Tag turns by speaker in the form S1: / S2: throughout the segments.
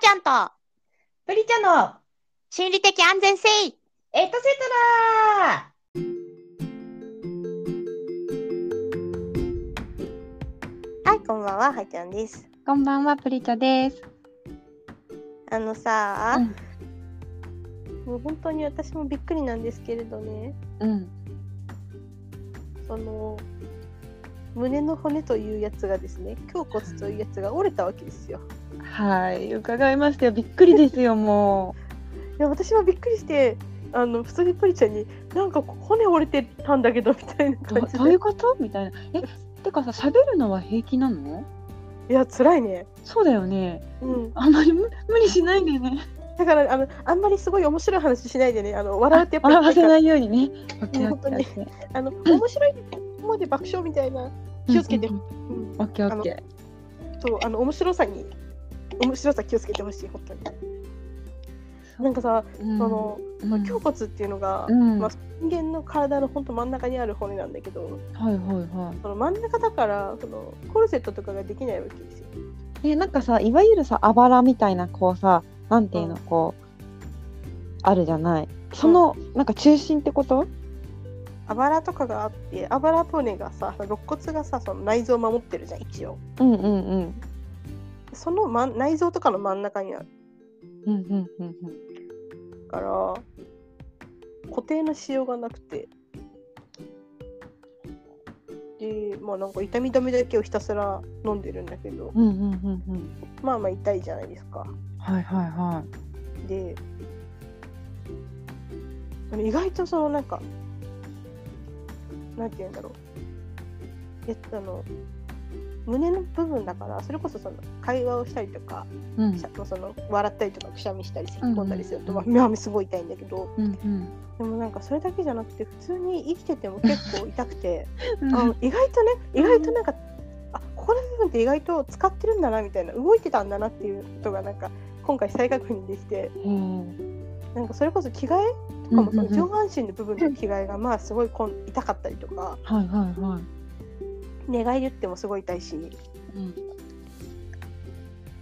S1: ちゃんと
S2: プリチャの
S1: 心理的安全性
S2: エトセトラ
S1: はいこんばんははちゃんです
S3: こんばんは、プリチャです。
S1: あのさ、
S3: うん
S1: もう本当に私もびっくりなんですけれどね
S3: うん。
S1: その胸の骨というやつがですね胸骨というやつが折れたわけですよ
S3: はい、伺いましたよ。びっくりですよ、も
S1: いや私もびっくりしてあの普通にプリちゃんになんか骨折れてたんだけどみたい
S3: う。
S1: な
S3: ど
S1: 感じで
S3: どういうことみたいな。え、てかさ、喋るのは平気なの
S1: いや辛いね
S3: そうだよね。
S1: うん
S3: あんまり無無理しないでね。
S1: だからあのあんまりすごい面白い話しないでねあの笑うってやっぱり
S3: 笑わせ
S1: な
S3: ないいようにね。オッケーオ
S1: 本
S3: ッ
S1: 当
S3: ケーオッ
S1: に
S3: ケー
S1: あの面白いまで爆笑みたいな気をつけて
S3: うんうん
S1: うん
S3: オッケーオッケー。
S1: そうあの面白さに面白さ気をつけてほしい本当に
S3: そう
S1: なんかさ、
S3: うん
S1: その
S3: うん
S1: 胸骨っていうのが、
S3: うん
S1: ま
S3: は
S1: あ
S3: い
S1: 人間の体の本当真ん中にある骨なんだけど
S3: はいは
S1: その真ん中だからそのコルセットとかができないわけですよ
S3: い。え、なんかさ、いわゆるさ、あばらみたいな、こうさ、なんていうの、こう。あるじゃない。その、なんか中心ってこと。
S1: あばらとかがあってあばら骨がさ肋骨がさその内臓を守ってるじゃん一応
S3: うんうんうん。
S1: その、ま、内臓とかの真ん中にある
S3: うんうんうんうん。
S1: から固定のしようがなくてでまあなんか痛み止めだけをひたすら飲んでるんだけど
S3: うんうんうんうん。
S1: まあまあ痛いじゃないですか
S3: はいはいは
S1: ででも意外とそのなんかなんて言うんだろうえっとあの胸の部分だからそれこそその会話をしたりとか、
S3: い。うん
S1: しゃその笑ったりとかくしゃみしたり咳き込んだりすると、
S3: うん
S1: ま
S3: う
S1: あ
S3: ん
S1: 目はすごい痛いんだけど
S3: うん
S1: でもなんかそれだけじゃなくて普通に生きてても結構痛くて
S3: う
S1: あ
S3: ん。
S1: の意外とね意外となんかあここの部分って意外と使ってるんだなみたいな動いてたんだなっていうことがなんか今回再確認できて
S3: うん
S1: なんかそれこそ着替えとかもその
S3: うんうんうん
S1: 上半身の部分の着替えがまあすごいこん痛かったりとか
S3: はいはいはい。
S1: 寝返り打ってもすごい痛いし
S3: うん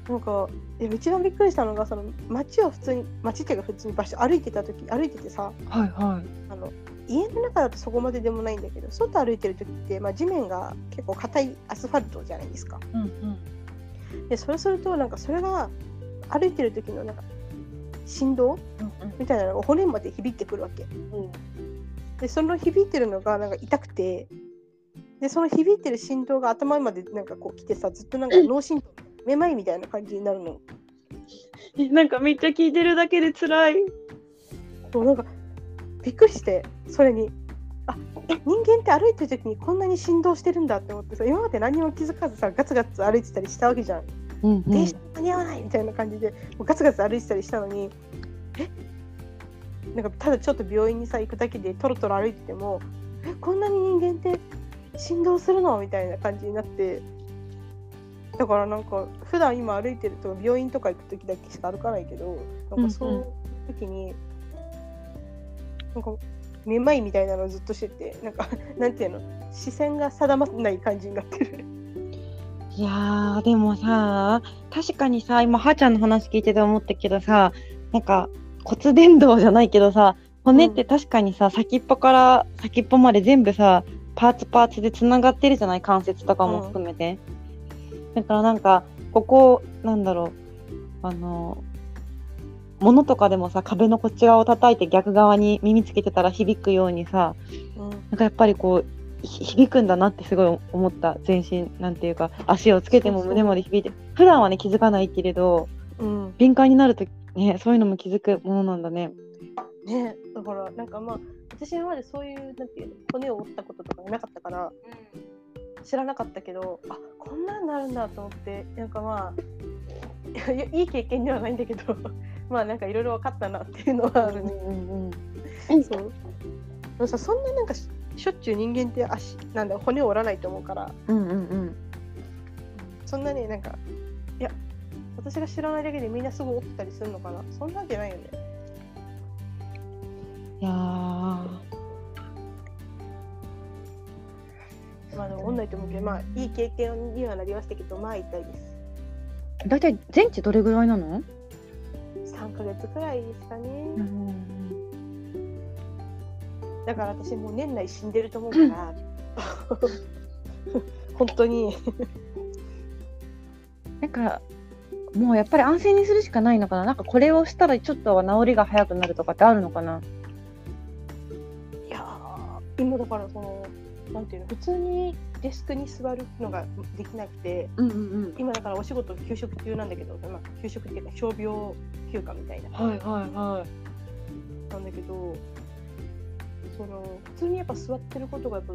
S1: なんかでも一番びっくりしたのがその街を普通に街っていうか普通に場所歩いてた時歩いててさ
S3: はいは
S1: あの家の中だとそこまででもないんだけど外歩いてる時って、まあ、地面が結構硬いアスファルトじゃないですか
S3: い。うんうん。
S1: でそれするとなんかそれが歩いてる時のなんか振動みたいなのが骨まで響いてくるわけでその響いてるのがなんか痛くてでその響いてる振動が頭までなんかこう来てさずっとなんか脳震盪めまいみたいな感じになるの
S3: えなんかめっちゃ聞いてるだけで辛い。
S1: もうなんかびっくりしてそれにあえ人間って歩いてる時にこんなに振動してるんだって思ってさ今まで何も気づかずさガツガツ歩いてたりしたわけじゃん、
S3: うんう
S1: 電車間に合わないみたいな感じでもうガツガツ歩いてたりしたのにえなんかただちょっと病院にさ行くだけでトロトロ歩いててもえこんなに人間って振動するのみたいな感じになってだからなんか普段今歩いてると病院とか行く時だけしか歩かないけどなんかそう
S3: うんう
S1: い
S3: ん
S1: う時に、なんかめまいみたいなのずっとしててなんかなんていうの視線が定まらない感じになってる。
S3: いやーでもさ確かにさ今はーちゃんの話聞いてて思ったけどさなんか骨伝導じゃないけどさ骨って確かにさ、先っぽから先っぽまで全部さパーツパーツでつながってるじゃない関節とかも含めて、だからなんかここなんだろうあの物とかでもさ壁のこっち側を叩いて逆側に耳つけてたら響くようにさ
S1: うん
S3: なんかやっぱりこうひ響くんだなってすごい思った全身なんていうか足をつけて
S1: そう
S3: も
S1: そう
S3: 胸まで響いて普段はね気づかないけれど
S1: うん
S3: 敏感になるとねそういうのも気づくものなんだね。
S1: ねだからなんかまあ私今までそういうなんていうの骨を折ったこととかがなかったから知らなかったけどあこんなんなるんだと思ってなんかまあいやいい経験ではないんだけど まあなんかいろいろ分かったなっていうのはあるね。そうでもさそんななんかししょっちゅう人間って足なんだ骨を折らないと思うから
S3: うんうんうん
S1: そんなねなんかいや私が知らないだけでみんなすぐ折ってたりするのかなそんなんじゃないよね。
S3: いやー
S1: まあでも折んないと思うけどまあいい経験にはなりましたけどまあ痛いです。
S3: 大体全治どれぐらいなの
S1: ヶ月くらいですかね、
S3: うん
S1: だから私もう年内死んでると思うから 本当に
S3: なんかもうやっぱり安静にするしかないのかななんかこれをしたらちょっとは治りが早くなるとかってあるのかない
S1: やー今だからそのなんていうの普通にデスクに座るのができなくて
S3: うんうんうん
S1: 今だからお仕事休職中なんだけど、まあ、休職っていうか傷病休暇みたいな、
S3: はいはいはい
S1: なんだけどその普通にやっぱ座ってることがやっぱ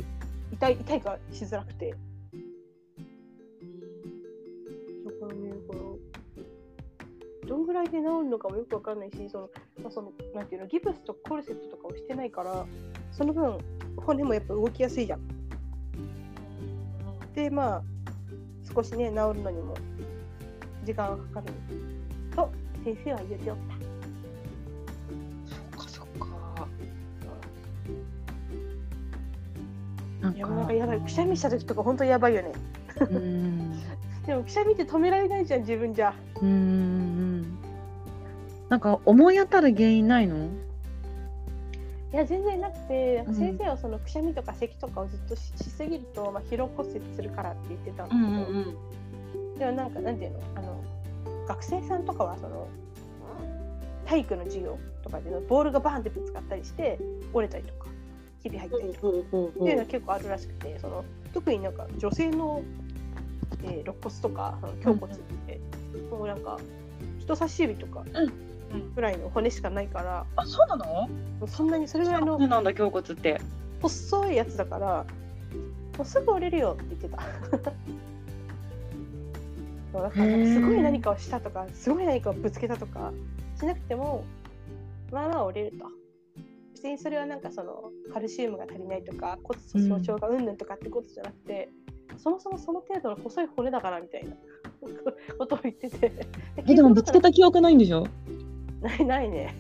S1: 痛い痛いかしづらくてだからねこのどんぐらいで治るのかもよくわかんないしその、まあ、そのなんていうのギブスとコルセットとかをしてないからその分骨もやっぱ動きやすいじゃん。でまあ少しね治るのにも時間がかかると先生は言っておった。
S3: そっかそっかなん
S1: い
S3: か
S1: やなんかやばいくしゃみした時とか本当やばいよね
S3: うん
S1: でもくしゃみって止められないじゃん自分じゃ
S3: うんうんうんなんか思い当たる原因ないの
S1: いや全然なくて
S3: うん
S1: 先生はそのくしゃみとか咳とかをずっとししすぎると、まあ、疲労骨折するからって言ってたんだけど、
S3: ん
S1: でもなんかなんていうのあの学生さんとかはその体育の授業とかでのボールがバーンってぶつかったりして折れたりとかひび入ったりとかっていうのは結構あるらしくてその特になんか女性の、えー肋骨とかあの胸骨って、もうなんか人差し指とか
S3: うん
S1: ぐらいの骨しかないから、
S3: あそうなの
S1: もうそんなにそれぐらいの
S3: そうなんだ胸骨って
S1: 細いやつだからもうすぐ折れるよって言ってた。 そうだからなんかすごい何かをしたとかすごい何かをぶつけたとかしなくてもまあまあ折れると別にそれはなんかそのカルシウムが足りないとか骨粗鬆症がうんぬんとかってことじゃなくて、そもそもその程度の細い骨だからみたいなことを言ってて
S3: えでもぶつけた記憶ないんでしょ
S1: ないないね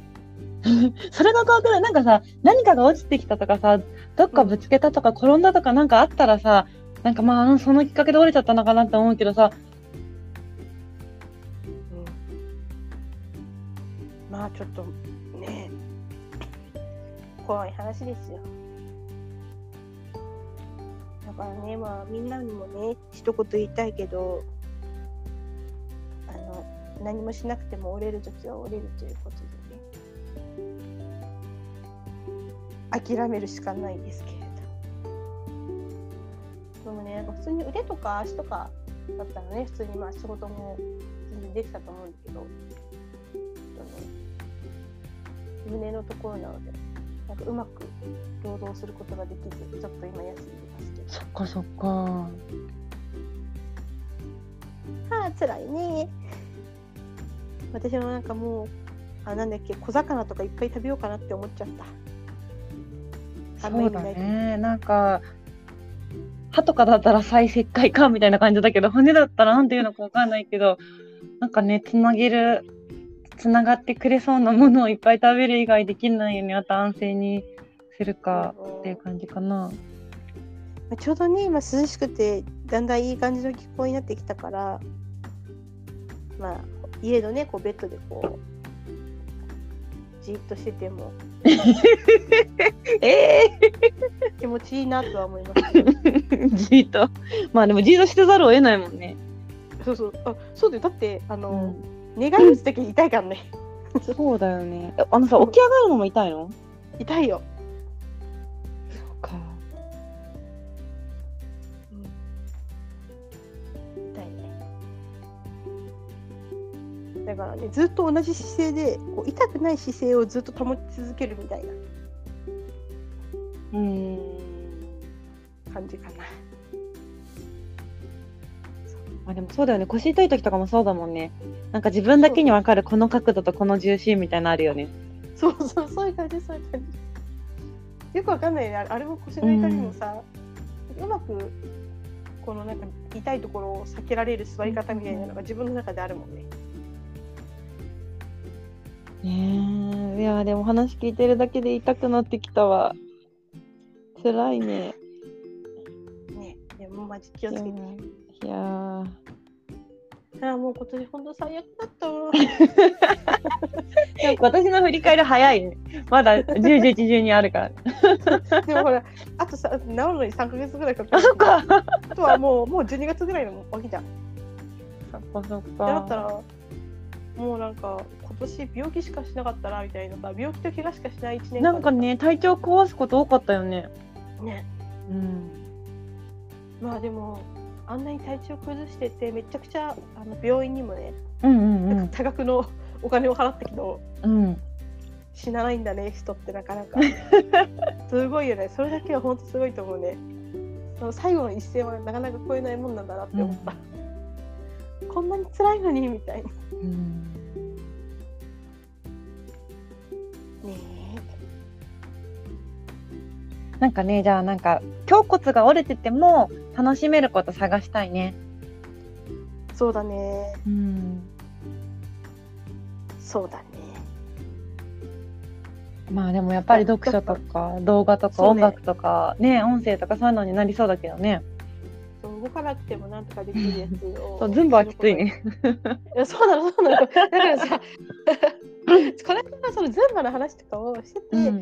S3: それが怖くないなんかさ何かが落ちてきたとかさどっかぶつけたとか転んだとかなんかあったらさなんかまあうんそのきっかけで折れちゃったのかなって思うけどさ
S1: まあちょっとね怖い話ですよだからねまあみんなにもね一言言いたいけどあの何もしなくても折れる時は折れるということでね諦めるしかないですけれどでもねなんか普通に腕とか足とかだったらね普通にまあ仕事も全然できたと思うんだけどちょっとね胸のところなのでなんかうまく労働することができずちょっと今休んでますけど
S3: そっかそっか
S1: ああ辛いね私もなんかもうあなんだっけ小魚とかいっぱい食べようかなって思っちゃった
S3: そうだねなんか歯とかだったら再石灰かみたいな感じだけど骨だったらなんていうのかわかんないけどなんかねつなげるつながってくれそうなものをいっぱい食べる以外できないようにあと安静にするかっていう感じかな。
S1: まあちょうどね今涼しくてだんだんいい感じの気候になってきたからまあ家のねこうベッドでこうじーっとしてても
S3: えー
S1: 気持ちいいなとは思いますけど
S3: じーっと。まあでもじーっとしてざるを得ないもんね。
S1: そうそうあそうだよだってあの、寝返り打つ時痛いからね
S3: そうだよね。えあのさ、起き上がるのも痛いの
S1: 痛いよ
S3: か。
S1: 痛いねだからねずっと同じ姿勢でこう痛くない姿勢をずっと保ち続けるみたいな
S3: うーん。
S1: 感じかな
S3: まあでもそうだよね。腰痛い時とかもそうだもんね。なんか自分だけにわかるこの角度とこの重心みたいなのあるよね。
S1: そうそうそういう感じそういう感じ。よくわかんないねあれあれも腰の痛みもさ、うまくこのなんか痛いところを避けられる座り方みたいなのが自分の中であるもんね。
S3: ねえ。いや、でも話聞いてるだけで痛くなってきたわ。辛いね。
S1: ねでもマジ気を
S3: い
S1: つ
S3: や
S1: けて。
S3: いやー
S1: あーもう今年本当最悪だったわ。
S3: 私の振り返り早いね。まだ10、11、12あるから。
S1: でもほらあとさ治るのに3か月ぐらいかか
S3: あ、
S1: る
S3: そっか。そ
S1: あとはもうもう12月ぐらいのわけじゃんって
S3: っかそっ
S1: なっ
S3: か。
S1: たらもうなんか今年病気しかしなかったなみたいなさ病気と怪我しかしない1年間
S3: なんかね、体調壊すこと多かったよね。
S1: ね
S3: うん。
S1: まあでもあんなに体調崩しててめちゃくちゃあの病院にもね
S3: うんうん
S1: なんか多額のお金を払ったけど、
S3: うん。うん。
S1: 死なないんだね人ってなかなか すごいよねそれだけは本当すごいと思うねその最後の一線はなかなか超えないもんなんだなって思った、こんなに辛いのにみたいな
S3: うん。
S1: ね
S3: なんかね、じゃあなんか、胸骨が折れてても楽しめること探したいね。
S1: えそうだね
S3: うん。
S1: そうだね
S3: まあでもやっぱり読書とか動画とか
S1: そう
S3: 音
S1: ね
S3: 楽とかね音声とかそういうのになりそうだけどね
S1: そう動かなくてもなんとかできるやつ を
S3: そう全部はきついね
S1: いやそうなのそうなのだからさこれからその全部の話とかをしてて、
S3: うん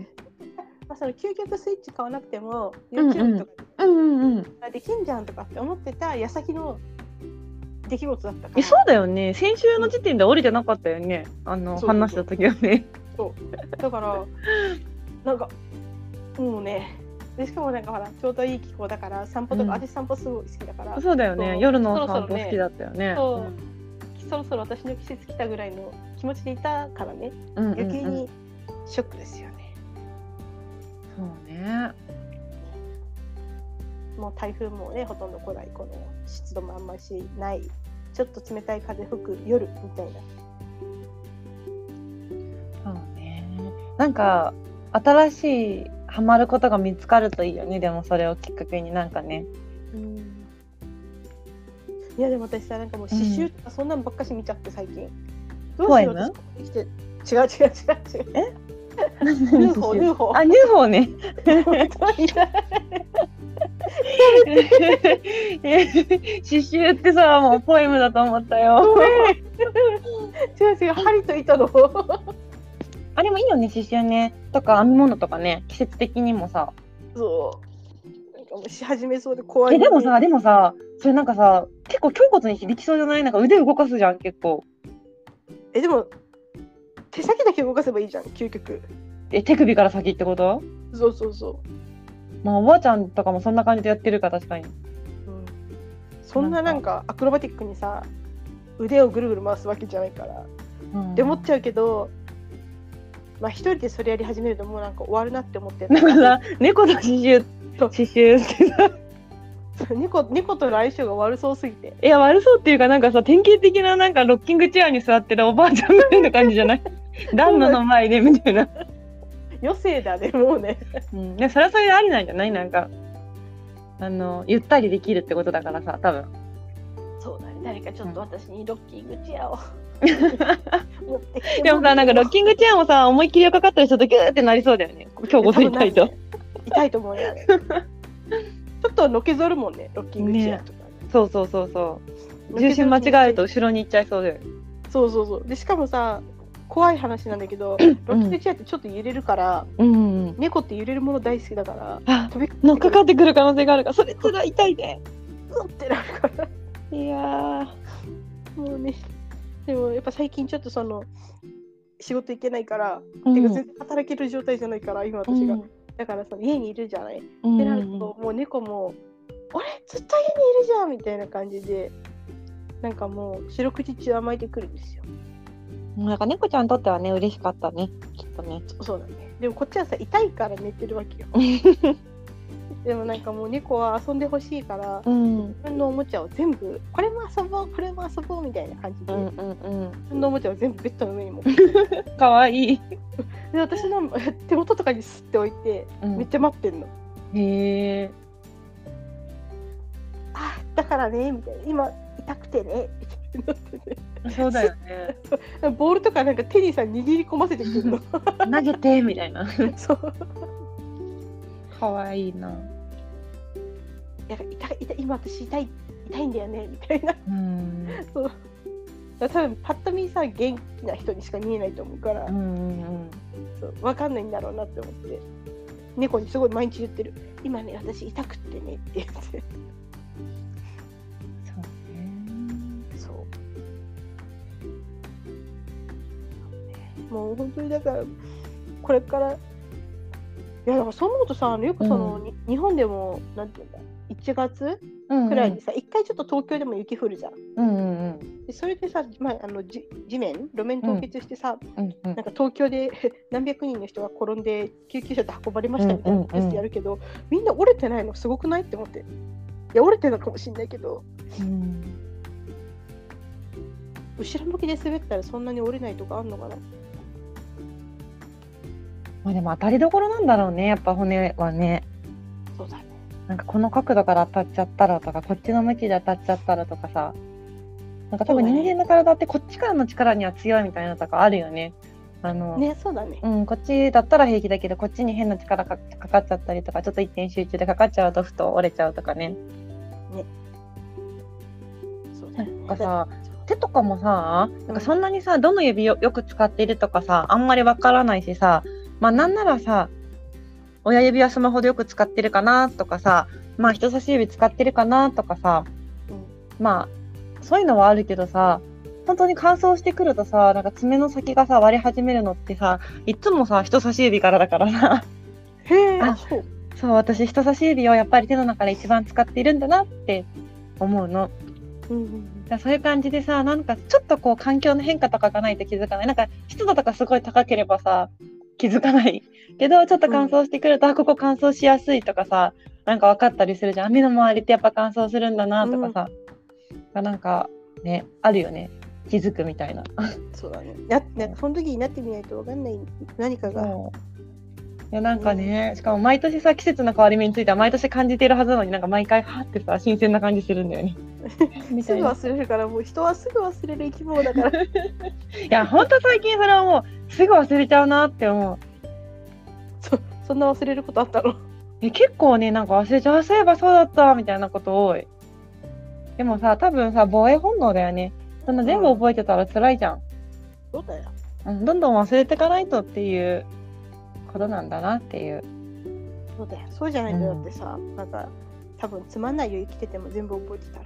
S1: まあ、その究極スイッチ買わなくても
S3: うんうん
S1: YouTube とか
S3: うんうんうん
S1: できんじゃんとかって思ってた矢先の出来事だったから
S3: えそうだよね先週の時点で降りてなかったよねあの
S1: そうそうそう
S3: 話した時はね
S1: だからなんかもうねでしかもなんかほらちょうどいい気候だから散歩とか、
S3: うん
S1: 私散歩すごい好きだから
S3: そうだよ
S1: そ
S3: ね
S1: う
S3: 夜の
S1: そろ
S3: お
S1: そろ
S3: 散歩
S1: ね
S3: 好きだったよね
S1: そうそろそろ私の季節来たぐらいの気持ちでいたからね
S3: うんうんうん
S1: 余計にショックですよね、
S3: そうね
S1: もう台風もねほとんど来ないこの湿度もあんまりしないちょっと冷たい風吹く夜みたいな
S3: そうねなんか新しいハマることが見つかるといいよねでもそれをきっかけになんかね
S1: うんいやでも私さなんかもう刺繍とかそんなんばっかし見ちゃって最近、どう
S3: ポ
S1: し
S3: エ
S1: よう
S3: ム
S1: 私ここに来て違う違う違う違う ヌーホーヌーホー
S3: あ UFO ね
S1: 本当に
S3: え刺繍ってさもうポエムだと思ったよ。
S1: 違う違う針と糸の
S3: あれもいいよね刺繍ねとか編み物とかね季節的にもさ。
S1: そうなんかもうし始めそうで怖い、
S3: えでもさでもさそれなんかさ結構胸骨に響きそうじゃないなんか腕動かすじゃん結構。
S1: えでも手先だけ動かせばいいじゃん究極
S3: え手首から先ってこと
S1: そうそうそ
S3: まあおばあちゃんとかもそんな感じでやってるか確かに。
S1: う、うん、そんななんかアクロバティックにさ腕をぐるぐる回すわけじゃないから
S3: うん
S1: って思っちゃうけど、まあ一人でそれやり始めるともうなんか終わるなって思ってる
S3: だから猫と刺繍
S1: そう
S3: 刺繍ってさ
S1: 猫猫との相性が悪そうすぎて
S3: いや悪そうっていうかなんかさ典型的ななんかロッキングチェアに座ってるおばあちゃんみたいな感じじゃ ない暖炉の前でみたいな。
S1: 余生だねもうね
S3: うん、でもそれはそれでありなんじゃないなんかあのゆったりできるってことだからさ多分
S1: そうだね誰かちょっと私にロッキングチェアを持ってきて
S3: でもさなんかロッキングチェアもさ思いっきりよかかったりするとギューってなりそうだよね今日ごと痛いと
S1: 多分痛いと思うよあれちょっとのけぞるもんねロッキングチェアとか、
S3: そうそうそうそう重
S1: のけぞ
S3: 心
S1: る
S3: 間違えると後ろに行っちゃいそうだよね
S1: そうそうそうでしかもさ怖い話なんだけど、ロッキングチェアってちょっと揺れるから
S3: うんうんうん
S1: 猫って揺れるもの大好きだから
S3: あ
S1: 飛び
S3: 乗っかかってくる可能性があるからそれつらい痛いね
S1: うってなるから
S3: いやー
S1: もうねでもやっぱ最近ちょっとその仕事行けないから、
S3: うん
S1: てか全然働ける状態じゃないから今私が、だからその家にいるじゃない、
S3: うん
S1: ってなるともう猫も「あれずっと家にいるじゃん」みたいな感じでなんかもう四六時中甘えてくるんですよ
S3: うんなんか猫ちゃんにとってはね嬉しかったねきっとね
S1: そそうだねでもこっちはさ痛いから寝てるわけよ でもなんかもう猫は遊んでほしいから
S3: うんうん
S1: 自分のおもちゃを全部これも遊ぼうこれも遊ぼうみたいな感じで、
S3: うんうん
S1: 自分のおもちゃを全部ベッドの上にも
S3: かわいい、
S1: で私の手元とかにすっておいてめっちゃ待ってんの、
S3: へえ
S1: あだからねみたいな今痛くてね みたいになって
S3: そうだよね
S1: てボールとかなんか手にさ握り込ませてくる
S3: 投
S1: の
S3: げてみた いな
S1: そう
S3: 可愛いな。
S1: なんか痛い痛い今私痛い痛いんだよねみたいな
S3: うん。
S1: そう多分パッと見さ元気な人にしか見えないと思うから、
S3: うん
S1: そう分かんないんだろうなって思って猫にすごい毎日言ってる「今ね私痛くってね」って言って
S3: そうね
S1: そうもう本当にだからこれからいやだからそう思うとさあのよくその、
S3: うん
S1: に日本でもなんていうんだ1月
S3: うんうん
S1: くらいにさ、一回ちょっと東京でも雪降るじゃん。
S3: うんうんうん
S1: でそれでさ、まあ、あのじ地面路面凍結してさ、
S3: うんうん
S1: なんか東京で 何百人の人が転んで救急車で運ばれましたみたいなニュースやるけど、みんな折れてないのすごくないって思っていや折れてるのかもしれないけど
S3: うん
S1: 後ろ向きで滑ったらそんなに折れないとかあんのかな
S3: まあでも当たりどころなんだろうねやっぱ骨はね
S1: そうだね
S3: なんかこの角度から当たっちゃったらとかこっちの向きで当たっちゃったらとかさなんか多分人間の体ってこっちからの力には強いみたいなのとかあるよねあの
S1: ねそうだね
S3: うん、こっちだったら平気だけどこっちに変な力かかかっちゃったりとかちょっと一点集中でかかっちゃうとふと折れちゃうとかね
S1: そう
S3: な
S1: だね
S3: んかさ手とかもさなんかそんなにさどの指をよく使っているとかさあんまりわからないしさまあなんならさ親指はスマホでよく使ってるかなとかさまあ人差し指使ってるかなとかさ
S1: うん
S3: まあそういうのはあるけどさ本当に乾燥してくるとさなんか爪の先がさ割れ始めるのってさいつもさ人差し指からだからさ。
S1: へえ
S3: あ
S1: そう
S3: そう私人差し指をやっぱり手の中で一番使っているんだなって思うの
S1: うんうん
S3: だからそういう感じでさなんかちょっとこう環境の変化とかがないと気づかないなんか湿度とかすごい高ければさ気づかない けどちょっと乾燥してくると、あここ乾燥しやすいとかさなんか分かったりするじゃん目の周りってやっぱ乾燥するんだなとかさ、なんかねあるよね気づくみたいな。
S1: うんそうだねななんかその時になってみないとわかんない何かが
S3: そういやなんかね、しかも毎年さ季節の変わり目については毎年感じているはずなのになんか毎回はーってさ新鮮な感じするんだよね。み
S1: す
S3: たい
S1: ぐ
S3: な。
S1: 忘れるからもう人はすぐ忘れる生き物だ から
S3: いやほんと最近それはもうすぐ忘れちゃうなって思う。
S1: そそんな忘れることあったの
S3: え結構ねなんか忘れちゃうそういえばそうだったみたいなこと多い。でもさ多分さ防衛本能だよね。そんな全部覚えてたら辛いじゃん。
S1: そうだよ
S3: うん、どんどん忘れていかないとっていうことなんだなっていう。
S1: そうだよそうじゃないとだ
S3: うん
S1: ってさ、なんか多分つまんないよ生きてても全部覚えてたら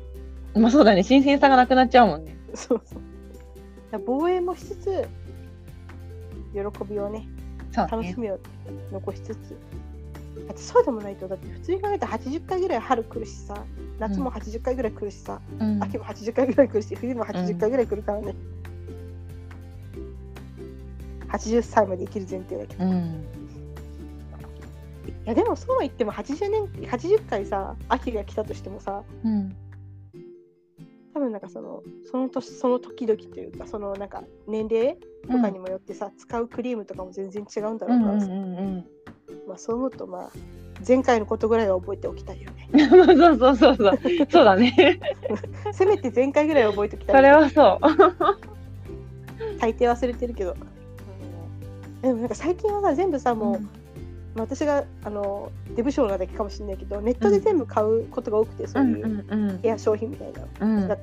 S3: まあそうだね新鮮さがなくなっちゃうもんね。
S1: そうそうだから防衛もしつつ喜びをね
S3: そう
S1: 楽
S3: ね
S1: し。みを残しつつだってそうでもないとだって普通に考えたら80回ぐらい春来るしさ夏も80回ぐらい来るしさ、
S3: うん
S1: 秋も80回ぐらい来るし冬も80回ぐらい来るからね、80歳まで生きる前提だけど、い
S3: うん
S1: やでもそうは言っても80年80回さ秋が来たとしてもさ
S3: うん
S1: 多分なんかそのその年その時々というかそのなんか年齢とかにもよってさ、使うクリームとかも全然違うんだ
S3: う
S1: ろうんから
S3: う
S1: さ、
S3: んうん
S1: まあ、そう思うとまあ前回のことぐらいは覚えておきたいよね
S3: うん。そうそうそうそう。そうだね。
S1: せめて前回ぐらいは覚えておきたい
S3: それはそ
S1: 大抵忘れてるけど、でもなんか最近はさ全部さ
S3: う。
S1: もう、まあ私があのデブ賞なだけかもしれないけどネットで全部買うことが多くて、そううんいううん
S3: うん
S1: ケア商品みたいなの、
S3: うんうん
S1: だと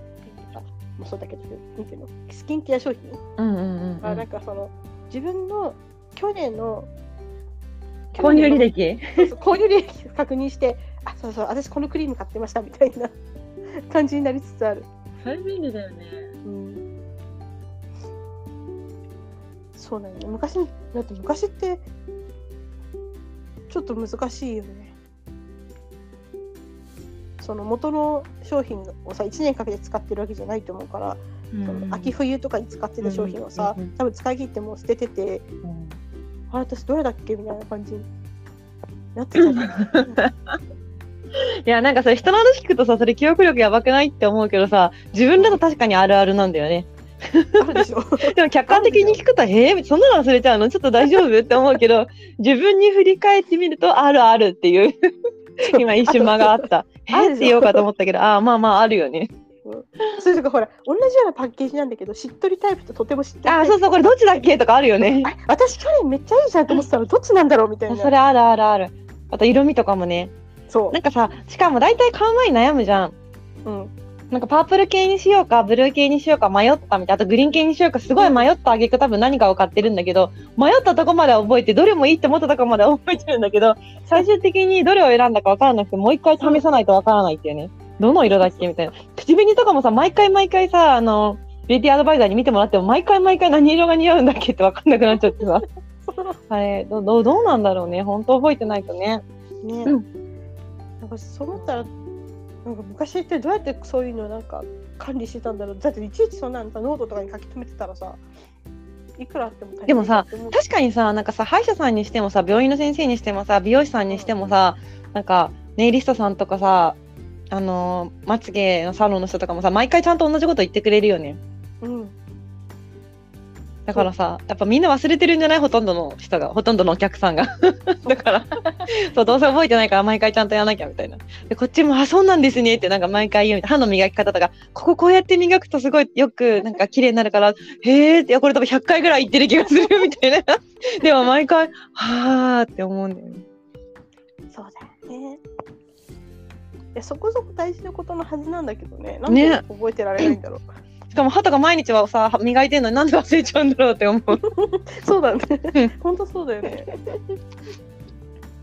S1: かもそうだけどなんていうのスキンケア商品
S3: うんうんう
S1: あなん
S3: ん。
S1: かその自分の去年の
S3: 購入履歴。
S1: そうそう購入履歴確認してあそうそう私このクリーム買ってましたみたいな 感じになりつつある、
S3: それ便利だよね。
S1: うん、そうなんだ昔にだって昔ってちょっと難しいよねその元の商品をさ1年かけて使ってるわけじゃないと思うから、その秋冬とかに使ってた商品をさ、
S3: うんうんうん
S1: 多分使い切ってもう捨てててあれ私どれだっけみたいな感じになって たじゃない
S3: いやなんかそれ人の話聞くとさそれ記憶力やばくないって思うけどさ自分だと確かにあるあるなんだよね
S1: あるでしょ
S3: でも客観的に聞くと「えー、そんなの忘れちゃうのちょっと大丈夫?」って思うけど自分に振り返ってみるとあるあるっていう今一瞬間があった「え
S1: ある
S3: ーっ
S1: でしょ
S3: て言おうかと思ったけどああまあまああるよね
S1: それとかほら同じようなパッケージなんだけどしっとりタイプととてもしっとり
S3: あ
S1: タ
S3: あ
S1: イ
S3: そ
S1: プ
S3: うそうこれどっちだっけとかあるよね
S1: あれ私去年めっちゃいいじゃんと思ってたのどっちなんだろうみたいな
S3: それあるあるあるあと色味とかもね
S1: そ
S3: なんかさしかも大体買う前に悩むじゃん
S1: う、うん、
S3: なんかパープル系にしようか、ブルー系にしようか迷ったみたいな、あとグリーン系にしようか、すごい迷ったあげく多分何かを買ってるんだけど、迷ったとこまでは覚えて、どれもいいって思ったとこまでは覚えてるんだけど、最終的にどれを選んだかわからなくて、もう一回試さないとわからないっていうね。どの色だっけみたいな。口紅とかもさ、毎回毎回さ、あの、ビューティーアドバイザーに見てもらっても、毎回毎回何色が似合うんだっけってわかんなくなっちゃってさ。あれ、どどうどうなんだろうね。本当覚えてないとね。
S1: ね、
S3: う
S1: なんかそう思ったらなんか昔ってどうやってそういうのなんか管理してたんだろうだっていちいちそんなのさノートとかに書き留めてたらさいくらあっても足りない
S3: でもさ
S1: って思う
S3: 確かにさなんかさ歯医者さんにしてもさ病院の先生にしてもさ美容師さんにしてもさなんかネイリストさんとかさあのーまつげのサロンの人とかもさ毎回ちゃんと同じこと言ってくれるよね
S1: うん
S3: だからさやっぱみんな忘れてるんじゃないほとんどの人がほとんどのお客さんがだからそうどうせ覚えてないから毎回ちゃんとやらなきゃみたいなでこっちも「あそうなんですね」ってなんか毎回言うみたいな歯の磨き方とかこここうやって磨くとすごいよくなんか綺麗になるから「へえ」っていやこれ多分100回ぐらい言ってる気がするみたいなでも毎回「はあ」って思うんだよね
S1: そうだよねいやそこそこ大事なことのはずなんだけどねなん
S3: ね
S1: で覚えてられないん だろう、
S3: しかも歯とか毎日はさ磨いてんのになんで忘れちゃうんだろうって思う
S1: そうだね
S3: うん。
S1: 本当そうだよね。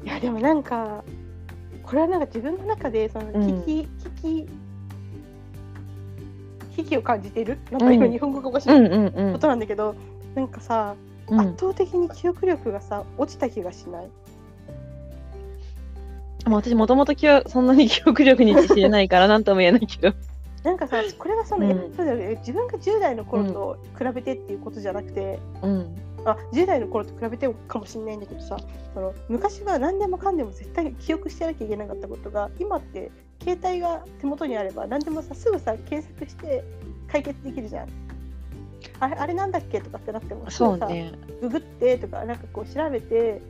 S1: いやでもなんかこれはなんか自分の中でその
S3: うん
S1: 危機、危機危機を感じているなんか今
S3: うん
S1: 日本語がおかし
S3: うん
S1: い
S3: うん
S1: ことなんだけど、なんかさ、
S3: うん、う
S1: 圧
S3: ん、
S1: 倒的に記憶力がさ落ちた気がしない。
S3: まあ私もともと記憶そんなに記憶力に自信ないから何とも言えないけど
S1: なんかさこれがその、
S3: うん
S1: えそうだよね自分が10代の頃と比べてっていうことじゃなくて。
S3: うん
S1: あ10代の頃と比べてもかもしれないんだけどさその昔は何でもかんでも絶対に記憶してなきゃいけなかったことが今って携帯が手元にあれば何でもさすぐさ検索して解決できるじゃん。あれあれなんだっけとかってなっても
S3: そう
S1: すぐさ
S3: ね
S1: ググってとかなんかこう調べて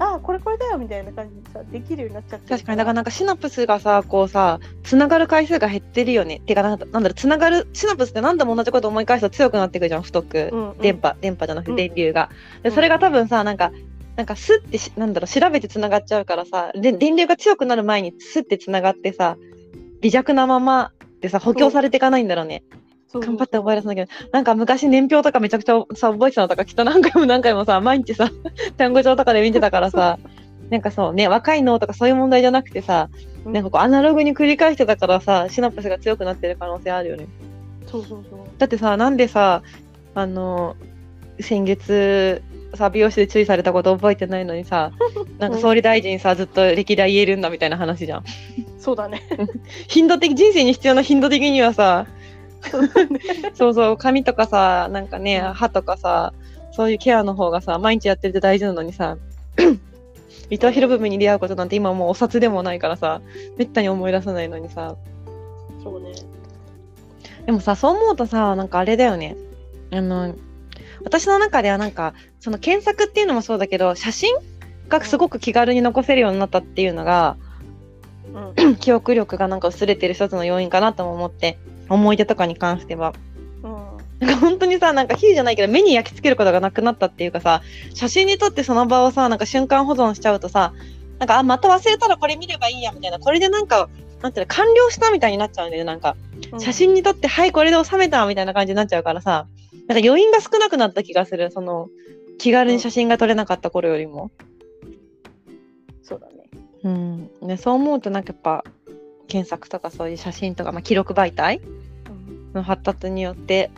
S1: ああこれこれだよみたいな感じにさできるようになっちゃって
S3: 確かにだからなんかシナプスがさこうさつながる回数が減ってるよねっていうかなんかなんだろうつながるシナプスって何度も同じこと思い返すと強くなってくじゃん太く、
S1: うんうん
S3: 電波電波じゃなく
S1: うん
S3: て電流が、で
S1: うん
S3: それが多分さなんかなんかスッてしなんだろう調べてつながっちゃうからさで電流が強くなる前にスッてつながってさ微弱なままでさ補強されていかないんだろうね
S1: そう
S3: 頑張って覚え出さなきゃなんか昔年表とかめちゃくちゃさ覚えてたのとかきっと何回も何回もさ毎日さ単語帳とかで見てたからさなんかそうね若いのとかそういう問題じゃなくてさ
S1: うん
S3: なんかこうアナログに繰り返してたからさシナプスが強くなってる可能性あるよね
S1: そうそうそう
S3: だってさなんでさあの先月さ美容師で注意されたこと覚えてないのにさなんか総理大臣さずっと歴代言えるんだみたいな話じゃん
S1: そうだね
S3: 頻度的人生に必要な頻度的にはさ
S1: そうだね
S3: そうそう髪とかさなんかね歯とかさそういうケアの方がさ毎日やってて大事なのにさ 伊藤博文に出会うことなんて今もうお札でもないからさめったに思い出さないのにさ
S1: そうね
S3: でもさそう思うとさなんかあれだよねあの私の中ではなんかその検索っていうのもそうだけど写真がすごく気軽に残せるようになったっていうのが、
S1: うん
S3: 記憶力がなんか薄れてる一つの要因かなとも思って思い出とかに関しては
S1: うん
S3: なんか本当にさなんか比喩じゃないけど目に焼き付けることがなくなったっていうかさ写真に撮ってその場をさなんか瞬間保存しちゃうとさなんかあまた忘れたらこれ見ればいいやみたいなこれでなんかなんていうの完了したみたいになっちゃうんだよねなんか
S1: うん
S3: 写真に撮ってはいこれで収めたみたいな感じになっちゃうからさなんか余韻が少なくなった気がするその気軽に写真が撮れなかった頃よりも、
S1: そうだね
S3: うんね、そう思うとなんかやっぱ検索とかそういう写真とか、まあ、記録媒体
S1: うん
S3: の発達によって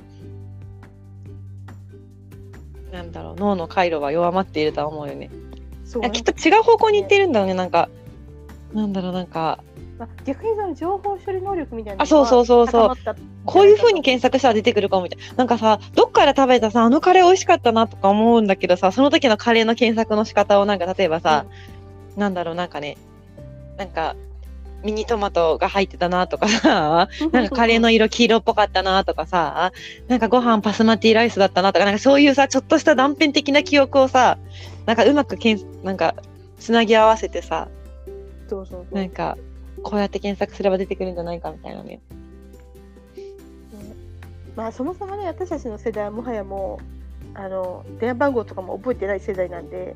S3: なんだろう脳の回路は弱まっているとは思うよね
S1: そう
S3: いやきっと違う方向に行ってるんだろうねなんかなんだろうなんか
S1: まあ逆にその情報処理能力みたいなのが
S3: あそうそうそうそう
S1: 高まったって
S3: こういう風に検索したら出てくるかもみたいな。なんかさ、どっから食べたさ、あのカレー美味しかったなとか思うんだけどさ、その時のカレーの検索の仕方をなんか例えばさ、なんだろう、なんかね、なんか、ミニトマトが入ってたなとかさ、なんかカレーの色黄色っぽかったなとかさ、なんかご飯パスマティライスだったなとか、なんかそういうさ、ちょっとした断片的な記憶をさ、なんかうまくけん、なんか、つなぎ合わせてさ、
S1: そうそうそう
S3: なんか、こうやって検索すれば出てくるんじゃないかみたいなね。
S1: まあそもそもね私たちの世代はもはやもうあの電話番号とかも覚えてない世代なんで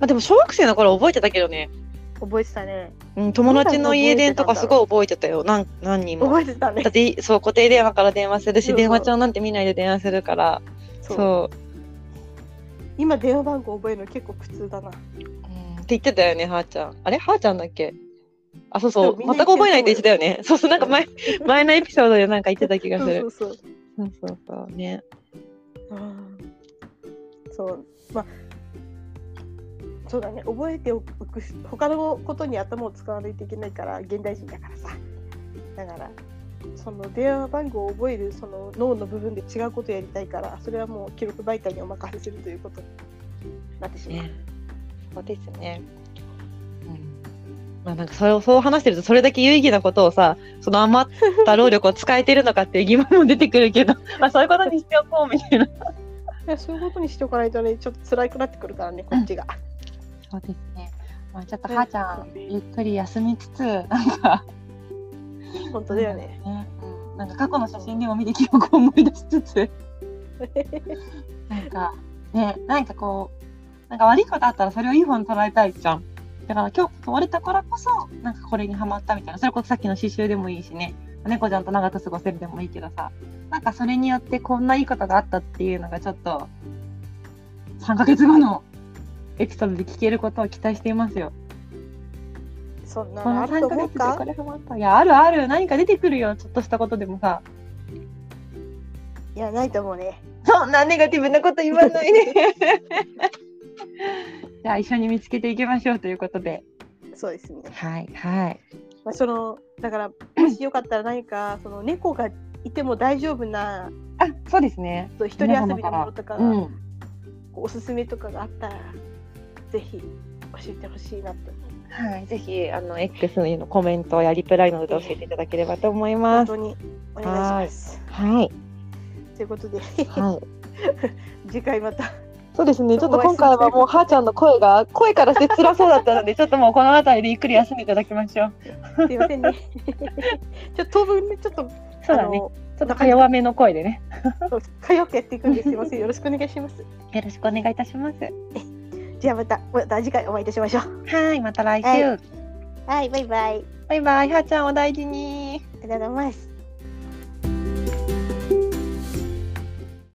S3: まあでも小学生の頃覚えてたけどね。
S1: 覚えてたね
S3: うん、友達の家電とかすごい覚えてたよ何何人も
S1: 覚えてたね
S3: だってそう固定電話から電話する
S1: そうそ
S3: し
S1: う
S3: 電話帳なんて見ないで電話するからそう
S1: 今電話番号覚えるの結構苦痛だ
S3: うん
S1: な
S3: って言ってたよねはーちゃんあれはーちゃんだっけあそうそ
S1: そううみん
S3: 全
S1: な
S3: く覚えないって言ってたよねそうそうなんか前 前のエピソードでなんか言ってた気が
S1: そ
S3: す
S1: うそ
S3: る
S1: うそう
S3: そうそうそうね
S1: そうまあそうだね覚えておく他のことに頭を使わないといけないから現代人だからさだからその電話番号を覚えるその脳の部分で違うことやりたいからそれはもう記録媒体にお任せするということになってしまう、
S3: ねそうですねうんまあなんかそれをそう話してるとそれだけ有意義なことをさその余った労力を使えてるのかっていう疑問も出てくるけ どまあそういうことにしておこうみたいな
S1: でそういうことにしておかないとねちょっと辛くなってくるからねこっちが、
S3: そうですね。まあ、ちょっと
S1: うん
S3: はーちゃん、ゆっくり休みつつ、なんか、
S1: 本当だよね
S3: ね、うんなんか過去の写真でも見て記憶を思い出しつつ、なんか、ね、なんかこう、なんか悪いことあったらそれをいい方に捉えたいじゃん。だから今日終われたからこそ、なんかこれにハマったみたいな、それこそさっきの刺繍でもいいしね、猫ちゃんと長く過ごせるでもいいけどさ、なんかそれによってこんないいことがあったっていうのがちょっと、3ヶ月後のエピソードで聞けることを期待していますよ。
S1: そんな
S3: こ
S1: の
S3: の
S1: あると
S3: 3ヶ
S1: 思う
S3: 月で
S1: か
S3: これハマった。いや、あるある。何か出てくるよ。ちょっとしたことでもさ。
S1: いやないと思うね
S3: そんなネガティブなこと言わないで。 じゃあ、一緒に見つけていきましょうということで。
S1: そうですね
S3: はい、はい。
S1: まあ、そのだからもしよかったら 何かその猫がいても大丈夫な
S3: あ、そうですね。
S1: そう一人遊びのものとか、
S3: うん。
S1: おすすめとかがあったらぜひ教えてほしいなと
S3: はい、ぜひ、あの、X のコメントやリプライなどで教えていただければと思いま
S1: 本
S3: す。
S1: 当にお願いします。
S3: はい、
S1: ということで
S3: はい。
S1: 次回また
S3: そうですね。ちょっと
S1: お会い
S3: 今
S1: する
S3: 回はもう、はーちゃんの声が、声からして辛そうだったので、ちょっともうこの辺りでゆっくり休んでいただきましょう。
S1: すいま せんねちょっと当分ねちょっと
S3: そうだね。ちょっとか弱めの声でね。
S1: あのかよくやっていくんですいませんよろしくお願いします。
S3: よろしくお願いいたします。
S1: じゃあまたまた次回お会いいたしましょう。
S3: はい、また来週。
S1: はいはいバイバイ。
S3: バイバイ、はーちゃんお大事に。
S1: ありがとうございます。